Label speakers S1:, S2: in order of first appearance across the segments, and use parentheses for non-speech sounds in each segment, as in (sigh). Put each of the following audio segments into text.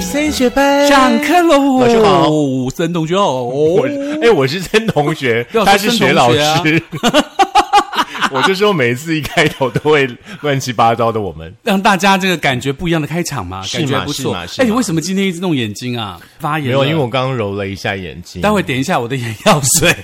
S1: 森学
S2: (laughs)
S1: 班
S2: 上课喽！
S1: 老师好
S2: 森同学
S1: (laughs)
S2: 好。哦
S1: 我哎、我是森同学，
S2: (laughs) 对我啊是
S1: 他是学老
S2: 森同
S1: 师。 (laughs) 我就说每一次一开头都会乱七八糟的，我们
S2: 让大家这个感觉不一样的开场嘛，
S1: 是嘛
S2: 感觉还不错。
S1: 是嘛是
S2: 哎，
S1: 嘛
S2: 你为什么今天一直弄眼睛啊？发炎
S1: 没
S2: 了
S1: 有，因为我刚刚揉了一下眼睛。
S2: 待会点一下我的眼药水，？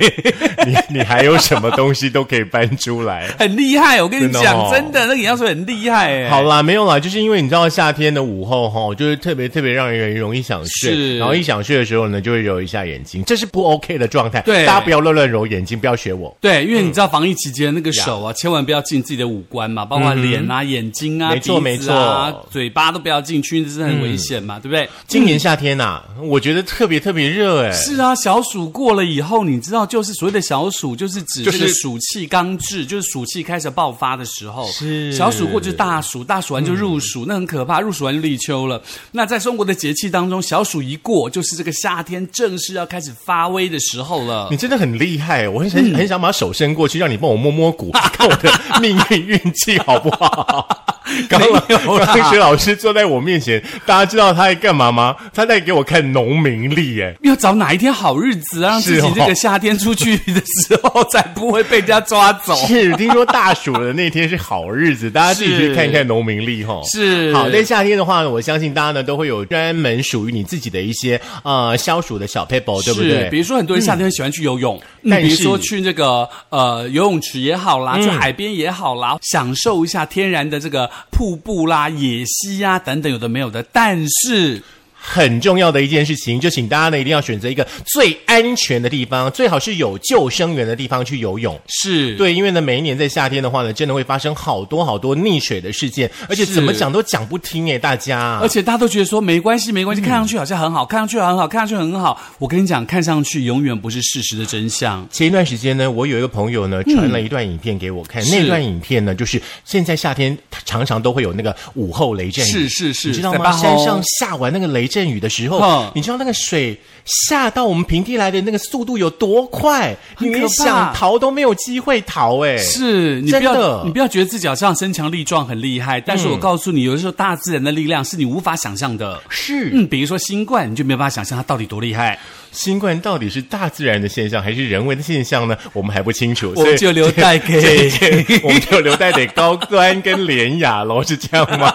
S1: 你你还有什么东西都可以搬出来
S2: 很厉害。我跟你
S1: (laughs) 真的
S2: 讲，
S1: 哦
S2: 真的，那个眼药水很厉 (laughs) 害。哎，
S1: 好啦，没有啦，就是因为你知道夏天的午后哈，就是特别特别让人容易想
S2: 是
S1: 睡，然后一想睡的时候呢，就会揉一下眼睛，这是不 OK 的状态。
S2: 对
S1: 大家不要乱乱揉眼睛，不要学我。
S2: 对，因为你知道防疫期间那
S1: 嗯
S2: 个手啊，千万不要进自己的五官嘛，包括脸啊、眼睛啊、
S1: 没错嗯
S2: 鼻子啊
S1: 没错
S2: 嘴巴都不要进去，这是很危险嘛，对不对？
S1: 今年夏天呐、啊我觉得特别特别热哎、
S2: 是啊，小暑过了以后，你知道，就是所谓的小暑，就是指
S1: 就
S2: 这
S1: 是
S2: 个暑气刚至，就是暑气开始爆发的时候。
S1: 是嗯
S2: 小暑过就是大暑，大暑完就入暑，那很可怕。入暑完就立秋了。那在中国的节气当中，小暑一过，就是这个夏天正式要开始发威的时候了
S1: 你。真的很厉害，我很很
S2: 嗯
S1: 很想把手伸过去，让你帮我摸摸骨，
S2: (laughs)
S1: 看我的命运运气好不好？刚
S2: 没有
S1: 刚
S2: 啦
S1: 刚学老师坐在我面前，大家知道他在干嘛吗？他在给我看农民历，哎，
S2: 要找哪一天好日子，啊让自己
S1: 是哦
S2: 这个夏天出去的时候，才不会被人家抓走。
S1: 是听说大暑的那天是好日子，大家自己去看一看农民历哈。
S2: 是
S1: 好，在夏天的话呢，我相信大家呢都会有专门属于你自己的一些呃消暑的小 paper，对不
S2: 是，
S1: 对？
S2: 比如说很多人夏天喜欢去游泳，嗯
S1: 但
S2: 比如
S1: 是
S2: 说去那个呃游泳池也好啦，去海边也好啦，享受一下天然的这个瀑布啦、野溪啊等等，有的没有的。但是
S1: 很重要的一件事情，就请大家呢一定要选择一个最安全的地方，最好是有救生员的地方去游泳。
S2: 是。
S1: 对，因为呢，每一年在夏天的话呢，真的会发生好多好多溺水的事件，而且
S2: 是
S1: 怎么讲都讲不听诶，大家啊
S2: 而。且大家都觉得说没关系，没关系，看上去好像很好，看上去很好，看上去很好。我跟你讲，看上去永远不是事实的真相。
S1: 前一段时间呢，我有一个朋友呢传了一段影片给我看，
S2: 嗯是
S1: 那段影片呢就是现在夏天常常都会有那个午后雷阵雨，
S2: 是是是
S1: 你知道
S2: 在八
S1: 吗？
S2: 号哦
S1: 山上下完那个雷阵雨的时候
S2: 哼，
S1: 你知道那个水下到我们平地来的那个速度有多快，
S2: 很
S1: 你
S2: 可怕
S1: 连想逃都没有机会逃哎、
S2: 是你不
S1: 真
S2: 要
S1: 的
S2: 你不要觉得自己好像身强力壮很厉害，但是我告诉你，有的时候大自然的力量是你无法想象的。
S1: 是
S2: 嗯，比如说新冠，你就没有办法想象它到底多厉 (laughs) 害。
S1: 新冠到底是大自然的现象还是人为的现象呢？我们还不清楚，
S2: 我们
S1: 所以
S2: 就留待
S1: (laughs)
S2: 给
S1: 这这这我们就留待给高端跟廉雅喽，是这样
S2: (laughs)
S1: 吗？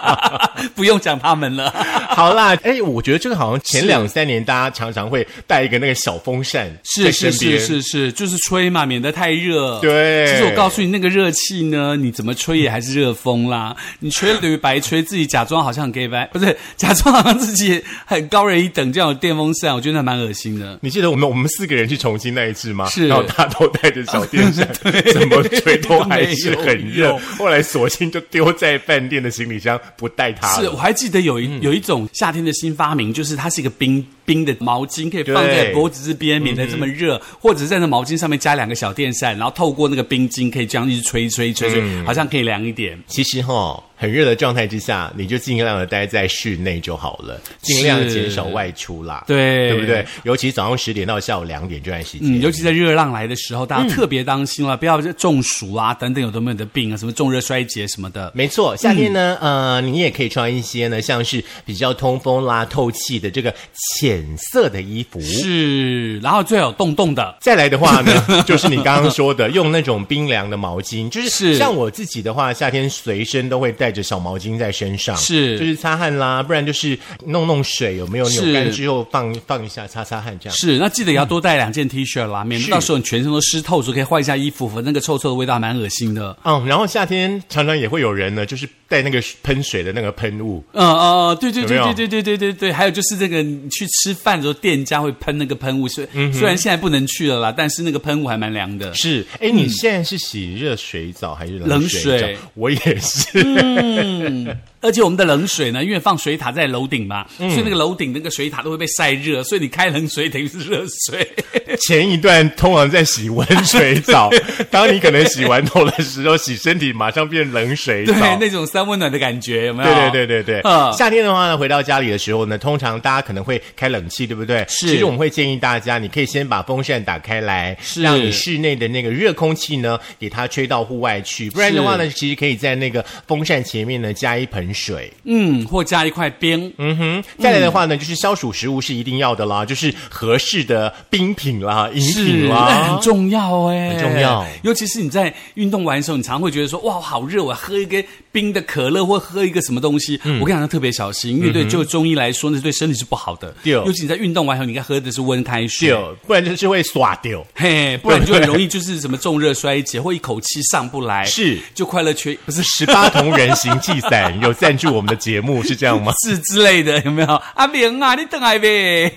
S2: 不用讲他们 (laughs) 了。
S1: 好啦，哎，我觉得这个好像前
S2: 是
S1: 两三年大家常常会带一个那个小风扇
S2: 是是
S1: 在身
S2: 是
S1: 边，
S2: 是是，就是吹嘛，免得太热。
S1: 对
S2: 其实我告诉你，那个热气呢，你怎么吹也还是热风啦。你吹等于白吹，自己假装好像很 gay 白，不是假装好像自己很高人一等，这样有电风扇，我觉得那蛮恶心的。
S1: 你记得我们我们四个人去重庆那一次吗？
S2: 是
S1: 然后大家都带着小电
S2: (laughs)
S1: 扇，怎么吹都还是
S2: 都
S1: 很
S2: 没有
S1: 热
S2: 用。
S1: 后来索性就丢在饭店的行李箱，不带它了。嗯
S2: 是，我还记得有一、有一种夏天的新发明，就是它是一个冰冰的毛巾，可以放在
S1: 对嗯
S2: 脖子这边，免得这么热，或者是在那毛巾上面加两个小电扇，然后透过那个冰晶可以这样一直吹吹吹吹，
S1: 嗯
S2: 好像可以凉一点。
S1: 其实哈、很热的状态之下，你就尽量的待在室内就好了，尽量减少外出啦。
S2: 对
S1: 对不对？尤其早上十点到下午两点这段时间，
S2: 嗯，尤其在热浪来的时候，大家特别当心了，不要中暑啊等等有的没有的病啊，什么重热衰竭什么的。
S1: 没错，夏天呢，呃，你也可以穿一些呢，像是比较通风啦、透气的这个浅色的衣服。
S2: 是，然后最好有冻冻的，
S1: 再来的话呢， (laughs) 就是你刚刚说的，用那种冰凉的毛巾，就是是像我自己的话，夏天随身都会带着小毛巾在身上，
S2: 是
S1: 就是擦汗啦，不然就是弄弄水，有没有
S2: 是
S1: 扭干之后放放一下，擦擦汗这样。
S2: 是，那记得也要多带两件 T 恤啦，免得
S1: 是
S2: 到时候你全身都湿透，就可以换一下衣服，否则那个臭臭的味道还蛮恶心的。
S1: 嗯，然后夏天常常也会有人呢，就是带那个喷水的那个喷雾，
S2: 嗯嗯，呃对对对
S1: 有没
S2: 对
S1: 有
S2: 对对对对对，还有就是这个你去吃饭的时候，店家会喷那个喷雾，虽、虽然现在不能去了啦，但是那个喷雾还蛮凉的。
S1: 嗯是，哎，你现在是洗热水澡还是
S2: 嗯冷
S1: 冷水澡？
S2: 水嗯
S1: 我也是，
S2: 而且我们的冷水呢，因为放水塔在楼顶嘛，
S1: 嗯
S2: 所以那个楼顶那个水塔都会被晒热，所以你开冷水等于是热水。
S1: (laughs) 前一段通常在洗温水澡，当你可能洗完头的时候，洗身体马上变冷水澡。
S2: 对，那种三温暖的感觉有没有？
S1: 对对对对对，
S2: 嗯
S1: 夏天的话呢，回到家里的时候呢，通常大家可能会开冷气，对不对？
S2: 是
S1: 其实我们会建议大家，你可以先把风扇打开来，
S2: 是
S1: 让你室内的那个热空气呢，给它吹到户外去。不然的话呢，其实可以在那个风扇前面呢加一盆冷水。
S2: 嗯，或加一块冰，
S1: 嗯哼，再来的话呢，就是消暑食物是一定要的啦，就是合适的冰品啦、饮
S2: 是
S1: 品
S2: 哎
S1: 啦
S2: 很。重要哎，
S1: 啊很重要
S2: 尤其是你在运动完的时候，你常会觉得说哇好热，我喝一个冰的可乐或喝一个什么东西。
S1: 嗯
S2: 我跟你讲，要特别小心，因为对就中医来说，那是对身体是不好的。
S1: 对哦
S2: 尤其你在运动完以后，你应该喝的是温开水。
S1: 丢，不然就是会耍丢。
S2: 嘿，不然你就很容易就是什么重热衰竭，或一口气上不来，
S1: 是
S2: 就快乐缺
S1: 不是十八铜人形祭伞有赞助我们的节目是这样吗？
S2: 是之类的，有没有？阿明啊，你等来呗。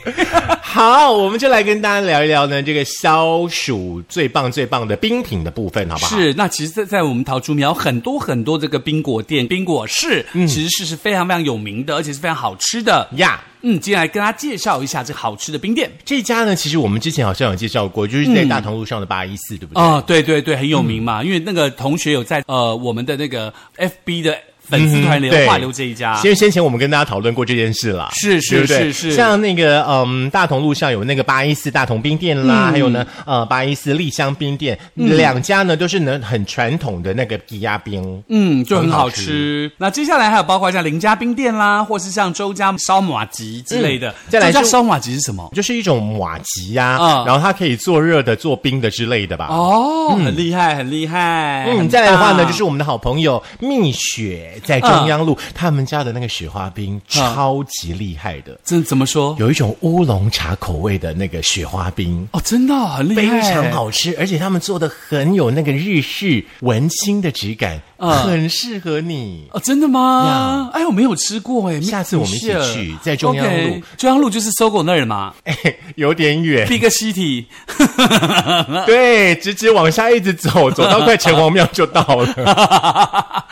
S1: 好，我们就来跟大家聊一聊呢，这个消暑最棒最棒的冰品的部分，好不好？
S2: 是，那其实在，在我们桃竹苗很多很多这个冰果店、冰果室，
S1: 嗯
S2: 其实是是非常非常有名的，而且是非常好吃的。
S1: 呀。
S2: 嗯，接下来跟大家介绍一下这个好吃的冰店。
S1: 这家呢，其实我们之前好像有介绍过，就是在大同路上的八一四，对不对？
S2: 哦，对对对，很有名嘛，因为那个同学有在呃我们的那个 FB 的粉丝团里
S1: 嗯对
S2: 有画留这一家。
S1: 因为先前我们跟大家讨论过这件事啦，
S2: 啊是是
S1: 对不对
S2: 是是
S1: 像那个嗯，大同路上有那个八一四大同冰店啦，
S2: 嗯
S1: 还有呢呃八一四丽香冰店，两家呢都是呢很传统的那个皮亚冰，
S2: 嗯，就很好
S1: 很好
S2: 吃。那接下来还有包括像林家冰店啦，或是像周家烧马吉之类的。
S1: 再来
S2: 周家
S1: 是
S2: 烧马吉是什么？
S1: 就是一种瓦吉呀、
S2: 啊
S1: 然后它可以做热的、做冰的之类的吧。
S2: 哦，很厉害，很厉害。
S1: 嗯，
S2: 哎很
S1: 再来的话呢，
S2: 棒
S1: 就是我们的好朋友蜜雪在中央路，
S2: 嗯
S1: 他们家的那个雪花冰超级厉害的，
S2: 这怎么说？
S1: 有一种乌龙茶口味的那个雪花冰。
S2: 哦，真的哦、很厉
S1: 非
S2: 害，
S1: 常。好吃，而且他们做的很有那个日式文青的质感，
S2: 嗯
S1: 很适合你。 (laughs)
S2: 哦，真的吗？哎，我没有吃过哎，
S1: 下次我们一起
S2: 没
S1: 去在中央路
S2: OK，中央路就是搜狗那儿嘛
S1: 哎，有点远，
S2: ，Big City。 (laughs)
S1: 对，直直往下一直走，走到
S2: (laughs)
S1: 快城隍庙就到了。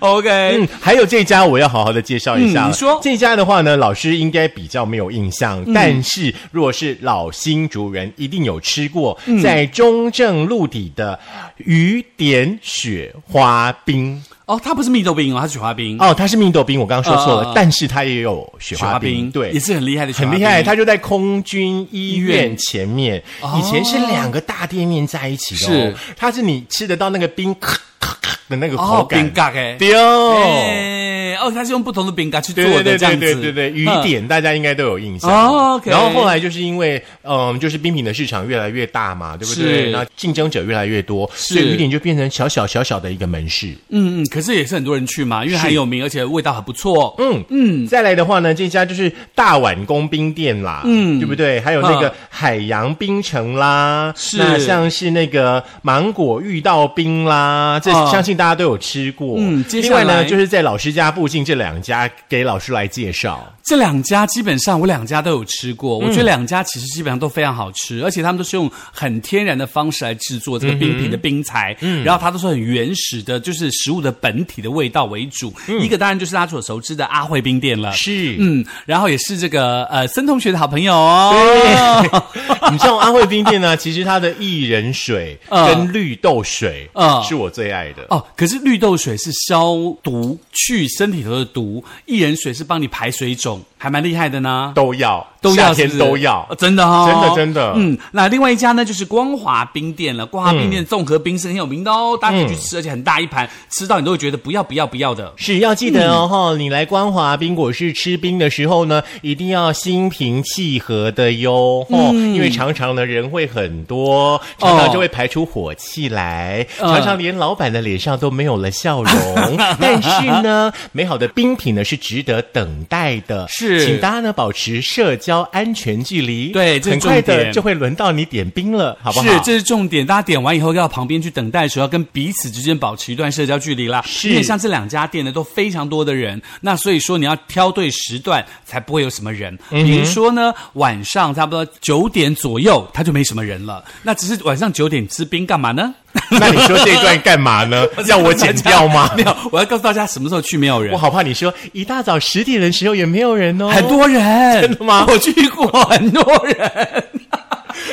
S2: OK，
S1: 嗯，还有这家我要好好的介绍一下了、
S2: 哎嗯你说嗯
S1: 这家的话呢，老师应该比较没有印象，但是如果是老新竹人，一定有吃过，
S2: 嗯
S1: 在中正路底的雨点雪花冰。
S2: 哦，它不是蜜豆冰哦，它是雪花冰，
S1: 哦，它是蜜豆冰，我刚刚说错了，
S2: 嗯嗯嗯
S1: 但是它也有雪
S2: 雪
S1: 花冰，对，
S2: 也是很厉害的雪
S1: 很
S2: 花冰，
S1: 厉害，它就在空军医院
S2: 院
S1: 前面。以前是两个大店面在一起的、哦，
S2: 哦是
S1: 它是你吃得到那个冰咔咔咔的那个口
S2: 哦，
S1: 感，
S2: 冰嘎哎，
S1: 对哦。
S2: 哎，哦，它是用不同的冰嘎去做
S1: 对对
S2: 的，
S1: 对
S2: 这样
S1: 对
S2: 子，
S1: 对对对，雨
S2: 嗯
S1: 点大家应该都有印象。
S2: 哦，OK
S1: 然后后来就是因为，嗯，就是冰品的市场越来越大嘛，对不对？
S2: 是
S1: 然后竞争者越来越多，所以雨点就变成小小小小的一个门市。
S2: 嗯嗯，可是也是很多人去嘛，因为很有名，而且味道很不错。
S1: 嗯嗯，再来的话呢，这家就是大碗工冰店啦，嗯，对不对？还有那个
S2: 嗯
S1: 海洋冰城啦，
S2: 是
S1: 那像是那个芒果遇到冰啦，这
S2: 嗯
S1: 相信大家都有吃过。
S2: 嗯接
S1: 另
S2: 下
S1: 外呢，
S2: 来
S1: 就是在老师家附近这两家给老师来介绍。
S2: 这两家基本上我两家都有吃过，我觉得两家其实基本上都非常好吃，而且他们都是用很天然的方式来制作这个冰品的冰材，然后它都是很原始的，就是食物的本体的味道为主。一个当然就是大家所熟知的阿慧冰店了，
S1: 是
S2: 嗯，然后也是这个呃森同学的好朋友哦，
S1: (laughs) 你知道安慧冰店呢，其实它的薏仁水
S2: 嗯
S1: 跟绿豆水
S2: 嗯
S1: 是我最爱的。
S2: 哦，可是绿豆水是消毒，去身体头的毒，薏仁水是帮你排水肿，还蛮厉害的呢。
S1: 都要，
S2: 都要
S1: 夏天
S2: 是不是
S1: 都要
S2: 呃，真的哈、哦，
S1: 真的真的
S2: 嗯，那另外一家呢，就是光华冰店了。光华冰店综合冰是很有名的哦，
S1: 嗯
S2: 大家可以去吃，而且很大一盘，吃到你都会觉得不要不要不要的。
S1: 是要记
S2: 嗯
S1: 得哦，哈、你来光华冰果室吃冰的时候呢，一定要心平气和的哟，哈、
S2: 嗯
S1: 因为常常呢人会很多，常常就会排出火气来，
S2: 嗯
S1: 常常连老板的脸上都没有了
S2: (laughs)
S1: 笑容。但是呢，美好的冰品呢是值得等待的，
S2: 是
S1: 请大家呢保持社交安全距离，
S2: 对这是
S1: 很快
S2: 重
S1: 的
S2: 点
S1: 就会轮到你点冰了，好不好？
S2: 是，这是重点。大家点完以后要到旁边去等待的时候，要跟彼此之间保持一段社交距离啦。
S1: 是
S2: 因为像这两家店呢，都非常多的人，那所以说你要挑对时段，才不会有什么人。
S1: 嗯
S2: 比如说呢，晚上差不多九点左右，他就没什么人了。那只是晚上九点吃冰干嘛呢？？
S1: 那你说这一段干嘛呢？要我剪掉吗
S2: (laughs) 没有，我要告诉大家什么时候去没有人
S1: 我。好怕你说一大早十点的时候也没有人哦，
S2: 很多人，
S1: 真的吗 (laughs)
S2: 我去过很多人，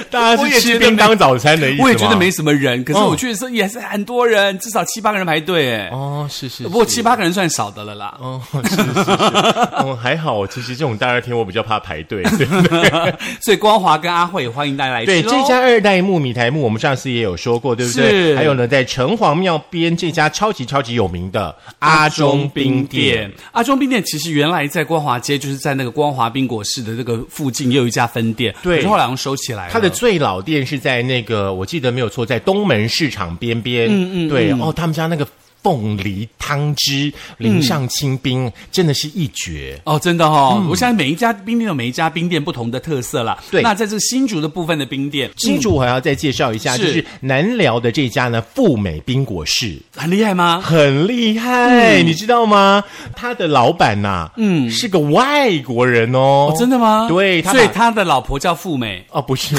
S1: 大家
S2: 我
S1: 是
S2: 也
S1: 吃
S2: 觉得
S1: 冰
S2: 没
S1: 当早餐的意思
S2: 我也觉得
S1: 吗
S2: 没什么人，可是
S1: 嗯
S2: 我去的时候也是很多人，至少七八个人排队哎。
S1: 哦，是是，
S2: 不过
S1: 是
S2: 七八个人算少的了啦。
S1: 哦，是是是，哦，还好，其实这种大热天我比较怕排队，
S2: (laughs)
S1: 对不对？
S2: (laughs) 所以光华跟阿慧也欢迎大家来吃
S1: 对，
S2: 喽。
S1: 这家二代目米苔木，我们上次也有说过，对不对？
S2: 是
S1: 还有呢，在城隍庙边这家超级超级有名的阿中冰店，，
S2: 阿中冰店其实原来在光华街，就是在那个光华冰果室的这个附近，也有一家分店，
S1: 对
S2: 可是后来好像收起来了。
S1: 它的最老店是在那个，我记得没有错，在东门市场边边。嗯嗯，对，哦，他们家那个凤梨汤汁
S2: 嗯
S1: 淋上清冰，真的是一绝。
S2: 哦，真的哦，我想每一家冰店有每一家冰店不同的特色啦。
S1: 嗯对
S2: 那在这个新竹的部分的冰店，嗯
S1: 新竹我还要再介绍一下，
S2: 是
S1: 就是南寮的这家呢，富美冰果室。
S2: 很厉害吗？
S1: 很厉害，
S2: 嗯
S1: 你知道吗？他的老板呐、嗯，是个外国人哦，
S2: 哦，真的吗？
S1: 对，他
S2: 所以
S1: 把
S2: 他的老婆叫富美。
S1: 哦
S2: (laughs)
S1: 不是，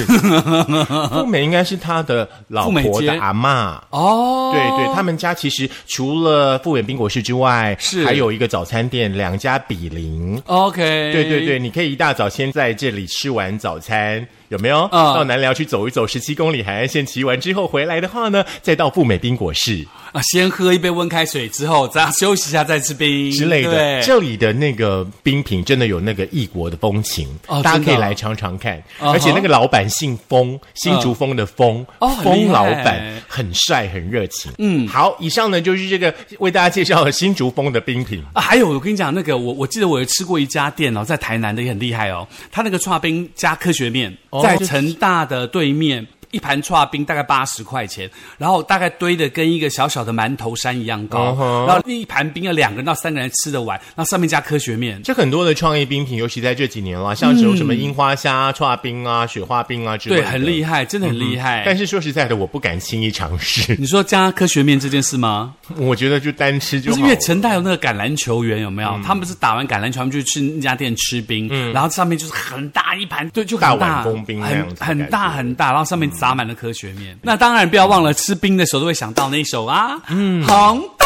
S1: 富美应该是他的老
S2: 富美
S1: 婆
S2: 街
S1: 的阿嬷。
S2: 哦，
S1: 对对，他们家其实除了富美冰果室之外，
S2: 是
S1: 还有一个早餐店，两家比邻。
S2: OK，
S1: 对对对，，你可以一大早先在这里吃完早餐，有没有？
S2: 嗯
S1: 到南寮去走一走，十七公里海岸线骑完之后回来的话呢，再到富美冰果室。
S2: 啊，先喝一杯温开水之后，再休息一下再吃冰
S1: 之类的。
S2: 对
S1: 这里的那个冰品真的有那个异国的风情，
S2: 哦
S1: 大家
S2: 真的
S1: 可以
S2: 哦
S1: 来尝尝看。
S2: 嗯哼
S1: 而且那个老板姓风，新竹风的风，
S2: 哦很
S1: 风
S2: 厉害
S1: 老板很帅，很热情。嗯，好，以上呢就是这个为大家介绍的新竹风的冰品。
S2: 啊，还有我跟你讲，那个我我记得我有吃过一家店哦，在台南的也很厉害哦，他那个串冰加科学面
S1: 哦，
S2: 在
S1: 就是
S2: 成大的对面。一盘串冰大概八十块钱，然后大概堆的跟一个小小的馒头山一样高
S1: 嗯哼
S2: 然后那一盘冰要两个人到三个人吃得完，然后上面加科学面，
S1: 这很多的创意冰品，尤其在这几年啦，像是有什么樱花虾、串冰啊、雪花冰啊之类的，
S2: 嗯对，很厉
S1: 害。
S2: 害，真的很厉害。
S1: 但是说实在的，我不敢轻易尝试， (laughs)
S2: 你说加科学面这件事吗？
S1: 我觉得就单吃就
S2: 不
S1: 好
S2: 是
S1: 了。
S2: 因为陈大有那个橄榄球员有没
S1: 嗯
S2: 有？他们不是打完橄榄球，他们就去那家店吃冰，然后上面就是很大一盘，对，就很
S1: 大碗工冰那样
S2: 很
S1: 子的
S2: 很大
S1: 感觉嗯
S2: 很大，然后上面撒满了科学面。那当然不要忘了吃冰的时候都会想到那一首啊，嗯，红豆，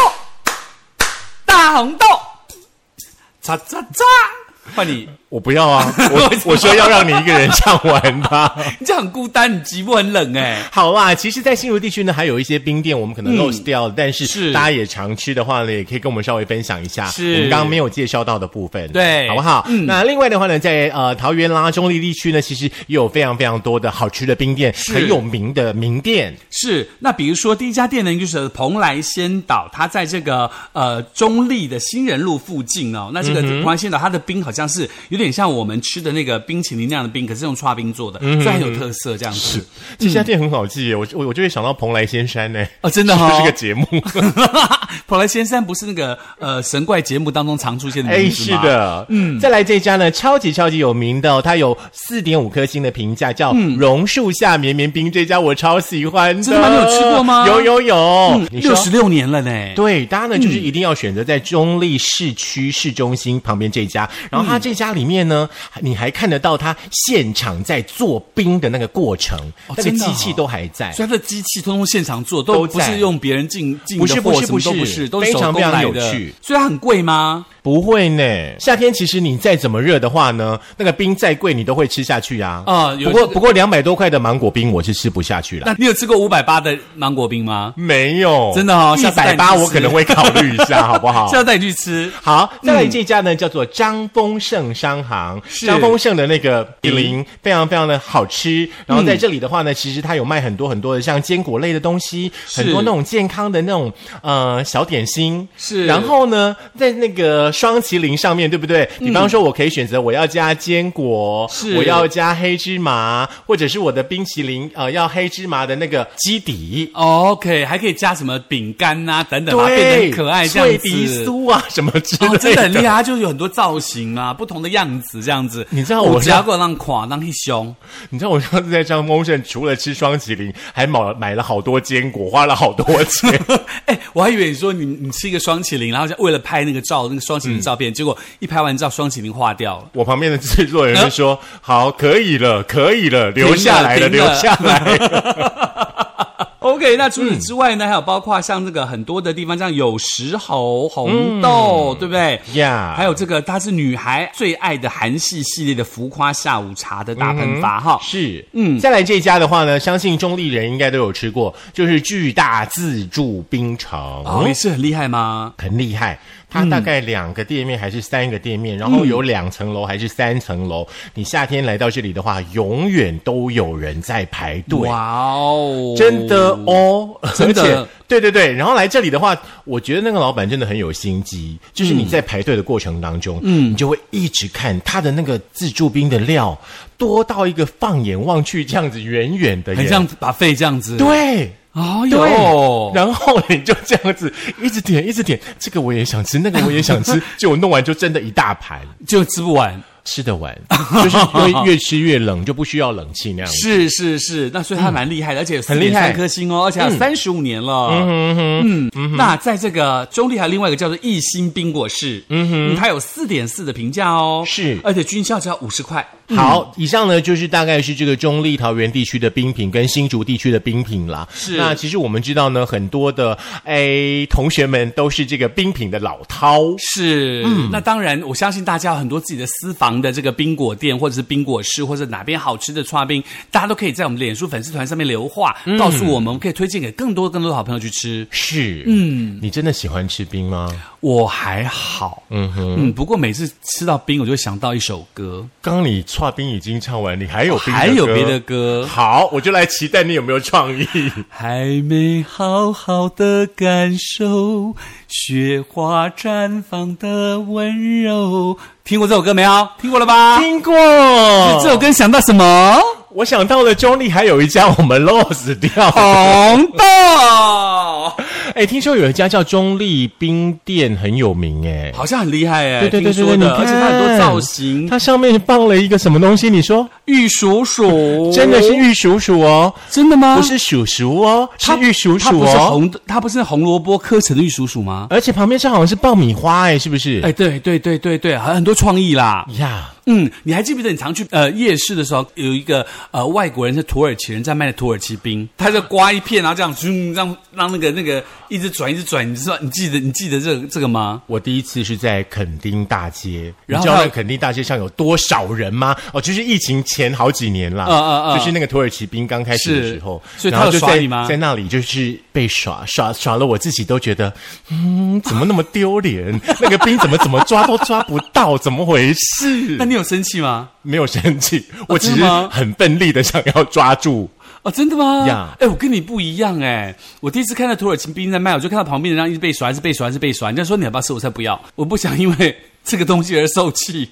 S2: 大红豆，喳喳喳，换你，
S1: 我不要啊， (laughs) 我我说要让你一个人唱完它。
S2: 你这样很孤单，你寂寞很冷哎、
S1: (laughs) 好啦，其实，在新竹地区呢，还有一些冰店我们可能 lose 掉了，嗯但是
S2: 是
S1: 大家也常吃的话呢，也可以跟我们稍微分享一下
S2: 是
S1: 我们刚刚没有介绍到的部分，
S2: 对
S1: 好不好？那另外的话呢，在呃桃园啦、中立地区呢，其实也有非常非常多的好吃的冰店，很有名的名店。
S2: 是，那比如说第一家店呢，就是蓬莱仙岛，它在这个呃中立的新仁路附近哦。那这
S1: 嗯
S2: 个蓬莱仙岛，它的冰好像是有点像我们吃的那个冰淇淋那样的冰，可是用刨冰做的，
S1: 嗯
S2: 所以很有特色这样子。
S1: 这家店很好记耶，我我我就会想到蓬莱仙山呢。
S2: 哦真的
S1: (laughs) 是不是
S2: 哦
S1: 个节目？
S2: (laughs) 蓬莱仙山不是那个呃神怪节目当中常出现的
S1: 哎，
S2: 名字
S1: 是
S2: 吗？，
S1: 的，嗯，再来这家呢，超级超级有名的、哦，它有四点五颗星的评价，叫“榕树下绵绵冰”，这家我超喜欢
S2: 嗯
S1: 的，
S2: 真的吗你有吃过吗
S1: 有有有，哦你说
S2: 嗯六十。六嗯年了呢。
S1: 对，大家呢就是一定要选择在中立市区市中心旁边这家，然后它这家里面呢，
S2: 嗯
S1: 你还看得到它现场在做冰的那个过程，
S2: 哦
S1: 那个
S2: 真的
S1: 机
S2: 哦
S1: 器都还在。
S2: 所以它的机器通通现场做，
S1: 都
S2: 都不
S1: 在
S2: 是用别人进进
S1: 不是
S2: 的
S1: 不
S2: 货，
S1: 是
S2: 什么都
S1: 不
S2: 不
S1: 是
S2: 是，都是
S1: 非
S2: 手
S1: 常
S2: 工
S1: 非常
S2: 来
S1: 有
S2: 的
S1: 趣。
S2: 所以它很贵吗？
S1: 不会呢，夏天其实你再怎么热的话呢，那个冰再贵你都会吃下去啊。
S2: 啊有
S1: 不过
S2: 这个
S1: 不过两百多块的芒果冰我是吃不下去了。
S2: 那你有吃过五百八的芒果冰吗？
S1: 没有，
S2: 真的哦
S1: 一
S2: 下次带
S1: 百
S2: 你
S1: 八
S2: 去吃
S1: 我可能会考虑一下，好不
S2: (laughs)
S1: 好？
S2: 下次带你去吃。
S1: 好，再来这家呢，叫做张丰盛商行。
S2: 嗯是嗯
S1: 张丰盛的那个比邻非常非常的好吃。然后在这里的话呢，其实它有卖很多很多的像坚果类的东西，
S2: 是
S1: 很多那种健康的那种呃小点心。
S2: 是
S1: 然后呢，在那个双麒麟上面，对不对？比方说，我可以选择我要加坚果，
S2: 嗯是
S1: 我要加黑芝麻，或者是我的冰淇淋呃要黑芝麻的那个基底。
S2: OK，还可以加什么饼干呐、等等，把它变得
S1: 对，
S2: 很可爱这
S1: 脆
S2: 样
S1: 皮
S2: 子。
S1: 酥啊，什么之
S2: (laughs)
S1: 类
S2: 哦，真的很厉害，它就有很多造型啊，不同的样子这样子。
S1: 你知道我
S2: 加过让垮让一 (laughs) 胸，
S1: (laughs) 你知道我上次在张丰盛，除了吃双麒麟，还买买了好多坚果，花了好多钱。 (laughs)
S2: 哎、我还以为你说你你吃一个双麒麟，然后就为了拍那个照那个双麒麟照片，结果一拍完照双麒麟化掉了。
S1: 我旁边的制作人就说：“好，可以了，可以了，留下来了，
S2: (laughs) 停
S1: 留
S2: 了
S1: 下来了。”
S2: OK，那除此之外呢，还有包括像这个很多的地方，像有石猴、红豆，对不对？
S1: 呀
S2: 还有这个，它是女孩最爱的韩系系列的浮夸下午茶的大喷发哈。
S1: 是，嗯，再来这家的话呢，相信中立人应该都有吃过，就是巨大自助冰城。
S2: 哦，嗯也是很厉害吗？
S1: 很厉害，它大概两个店面还是三个店面，然后
S2: 嗯
S1: 有两层楼还是三层楼。你夏天来到这里的话，永远都有人在排队。
S2: 哇哦，
S1: 真的哦，
S2: (laughs) 真的
S1: 而且对对对。然后来这里的话，我觉得那个老板真的很有心机，就是你在排队的过程当中，嗯，你就会一直看他的那个自助冰的料多到一个放眼望去这样子远远的，
S2: 很像把肺这样子。，
S1: 对。
S2: 哦
S1: 对
S2: 哟，
S1: 然后你就这样子一直点，一直点，这个我也想吃，那个我也想吃，结果弄完就真的一大盘，
S2: 就吃不完。
S1: 吃
S2: (laughs)
S1: 得完，就是越越吃越冷，就不需要冷气那样子。
S2: 是是是，那所以他蛮嗯厉害的，而且有
S1: 很厉害
S2: 4.3颗星哦，而且还有三十五年了。嗯哼嗯，那在这个中立还有另外一个叫做一星冰果室，嗯哼，它有四点四的评价哦，
S1: 是
S2: 而且均价只要五十块。
S1: 好，以上呢就是大概是这个中立桃园地区的冰品跟新竹地区的冰品啦。
S2: 是
S1: 那其实我们知道呢，很多的哎同学们都是这个冰品的老饕。
S2: 是，那当然，我相信大家有很多自己的私房的这个冰果店，或者是冰果室，或者哪边好吃的刨冰，大家都可以在我们脸书粉丝团上面留话，告诉我们，我们可以推荐给更多更多的好朋友去吃。
S1: 是，嗯，你真的喜欢吃冰吗？
S2: 我还好，嗯哼，嗯，不过每次吃到冰，我就会想到一首歌，
S1: 刚刚你串冰已经唱完，你还有冰的
S2: 哦
S1: 歌
S2: 还有别的歌
S1: 好，我就来期待你有没有创意。
S2: 还没好好的感受雪花绽放的温柔。听过这首歌没有？听过了吧？哦
S1: 听过
S2: 啊这首歌想到什么？
S1: 我想到了中立还有一家我们 lost 掉。
S2: 红豆，
S1: 哎，听说有一家叫中立冰店很有名哎。
S2: 好像很厉害哎，
S1: 对对对
S2: 听说
S1: 对对，你
S2: 的，
S1: 看，
S2: 而且它很多造型，
S1: 它上面放了一个什么东西？你说
S2: 玉鼠鼠，
S1: 真的是玉鼠鼠哦，
S2: 真的吗？
S1: 不是鼠鼠哦，是
S2: 啊它，
S1: 玉鼠
S2: 它
S1: 鼠
S2: 不是
S1: 哦，
S2: 红，它不是红萝卜刻成的玉鼠鼠吗？
S1: 而且旁边是好像是爆米花哎，是不是？
S2: 哎，对对对对对，很很多创意啦。
S1: 呀，
S2: 嗯，你还记不记得你常去呃夜市的时候，有一个呃外国人是土耳其人在卖的土耳其冰，他就刮一片，然后这样咻，让让那个那个一直转一直转，你知道你记得你记得这个这个吗？
S1: 我第一次是在垦丁大街，你
S2: 然后
S1: 知道
S2: 还有
S1: 那个垦丁大街上有多少人吗？哦，就是疫情前好几年啦，
S2: 嗯嗯嗯
S1: 就是那个土耳其兵刚开始的
S2: 是
S1: 时候，
S2: 所以他
S1: 然
S2: 有
S1: 后就
S2: 耍
S1: 在
S2: 你吗
S1: 在那里就是被耍耍耍了，我自己都觉得，嗯，怎么那么丢脸？ (laughs) 那个兵怎么怎么抓都抓不到，怎么回事
S2: 那？你有生气吗？
S1: 没有生气，我只
S2: 哦真
S1: 是
S2: 的吗
S1: 很奋力的想要抓住。
S2: 哦，真的吗？
S1: 呀
S2: 哎我跟你不一样哎、我第一次看到土耳其冰在卖，我就看到旁边人家一直被耍，一直被耍，一直被耍。人家说你要不要吃？我才不要，我不想因为这个东西而受
S1: (laughs)
S2: 气。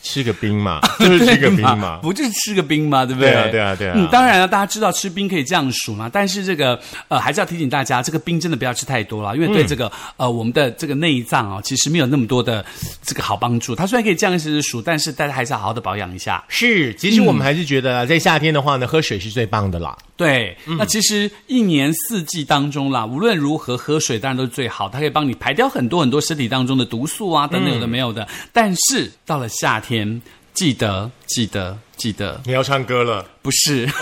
S1: 吃个冰嘛，就是吃个
S2: (laughs)
S1: 冰
S2: 对
S1: 嘛。
S2: 不就是吃个冰嘛，对不对？
S1: 对啊对啊对啊
S2: 嗯，当然了，大家知道吃冰可以降暑嘛，但是这个呃，还是要提醒大家，这个冰真的不要吃太多了，因为对
S1: 嗯
S2: 这个、呃我们的这个内脏哦，其实没有那么多的这个好帮助。它虽然可以降一些暑，但是大家还是要好好的保养一下。
S1: 是，其实我们还是觉
S2: 嗯
S1: 得啊在夏天的话呢，喝水是最棒的啦。
S2: 对，那其实一年四季当中啦，无论如何喝水当然都是最好，它可以帮你排掉很多很多身体当中的毒素啊等等有的没有的。但是到了夏天，记得记得记得，
S1: 你要唱歌了，
S2: 不是。
S1: (laughs)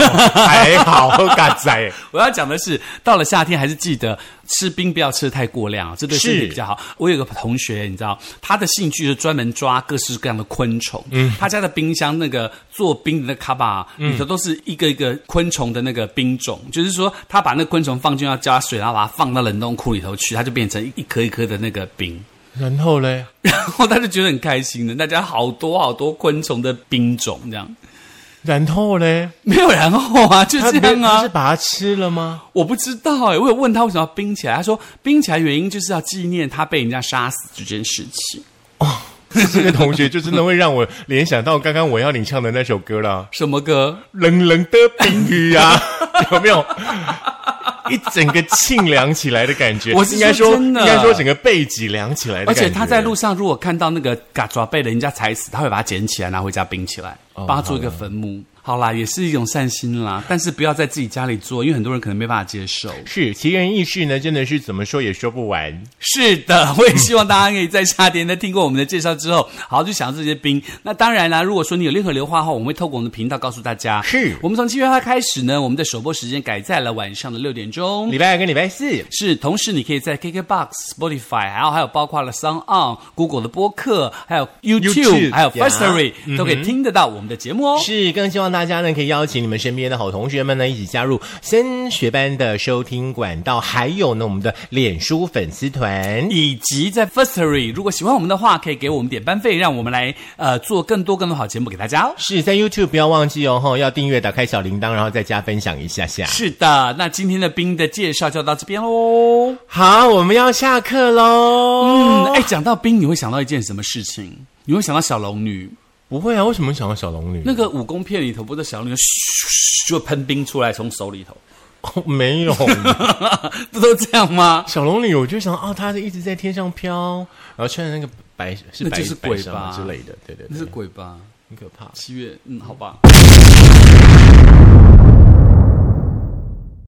S1: 还好喝嘎仔。
S2: 我要讲的是，到了夏天还是记得吃冰不要吃的太过量，啊这对身体
S1: 是
S2: 比较好。我有个同学，你知道，他的兴趣是专门抓各式各样的昆虫。嗯，他家的冰箱那个做冰的那卡巴
S1: 嗯
S2: 里头都是一个一个昆虫的那个冰种，就是说他把那昆虫放进要加水，然后把它放到冷冻库里头去，它就变成一颗一颗的那个冰。 (laughs)
S1: 然后嘞，
S2: (laughs) 然后他就觉得很开心的，大家好多好多昆虫的冰种这样，
S1: 然后嘞，
S2: 没有然后啊，就
S1: 他
S2: 这
S1: 不
S2: 样啊
S1: 他是。把它吃了吗？
S2: 我不知道哎、我有问他为什么要冰起来，他说冰起来原因就是要纪念他被人家杀死这件事情，
S1: 这个同学就真的会让我联想到刚刚我要你唱的那首歌啦，
S2: 什么歌？
S1: (laughs) 冷冷的冰雨啊， (laughs) 有没有？一整个沁凉起来的感觉，
S2: 我是
S1: 应该
S2: 说
S1: 说，
S2: 真
S1: 应
S2: 的
S1: 该说整个背脊凉起来的
S2: 而
S1: 感觉。
S2: 且他在路上如
S1: 哦
S2: 果看到那个嘎爪被人家踩死，他会把它捡起来拿回家冰起来，帮他做一个坟墓。好啦，也是一种善心啦，但是不要在自己家里做，因为很多人可能没办法接
S1: (laughs)
S2: 受。
S1: 是奇人异事呢，真的是怎么说也说不完。
S2: 是的，我也希望大家可以在夏天，在听过我们的介绍之后，好好去享受这些冰。那当然啦，如果说你有任何留话的话，我们会透过我们的频道告诉大家。
S1: 是
S2: 我们从七月号开始呢，我们的首播时间改在了晚上的六点钟。
S1: 礼拜二跟礼拜四，
S2: 是，同时你可以在 KKBox、Spotify，还有还有包括了 Sound On、Google 的播客，还有 YouTube，
S1: YouTube，
S2: 还有
S1: yeah 嗯
S2: Firstory、都可以听得到我们的节目哦。
S1: 是更希望大家呢可以邀请你们身边的好同学们呢一起加入升学班的收听管道，还有呢我们的脸书粉丝团。
S2: 以及在 Firstory，如果喜欢我们的话，可以给我们点班费，让我们来呃做更多更多好节目给大家哦。
S1: 是在 YouTube 不要忘记哦，吼要订阅、打开小铃铛，然后再加分享一下下。
S2: 是的，那今天的冰的介绍就到这边喽。
S1: 好，我们要下课喽。
S2: 嗯，哎，讲到冰，你会想到一件什么事情？你会想到小龙女
S1: 不会啊，为什么想到
S2: (laughs)
S1: 小龙女？
S2: 那个武功片里头，不是小龙女咻咻咻就喷冰出来从手里头， (laughs)
S1: 哦没有
S2: 不都这样吗？
S1: 小龙女，我就想啊，她一直在天上飘，然后穿着那个白是
S2: 那
S1: 白
S2: 就是
S1: 白
S2: 鬼
S1: 纱吗
S2: 吧
S1: 之类的，对对
S2: 那
S1: 对
S2: 是，鬼吧？
S1: 很可怕。
S2: 七月，嗯，好吧。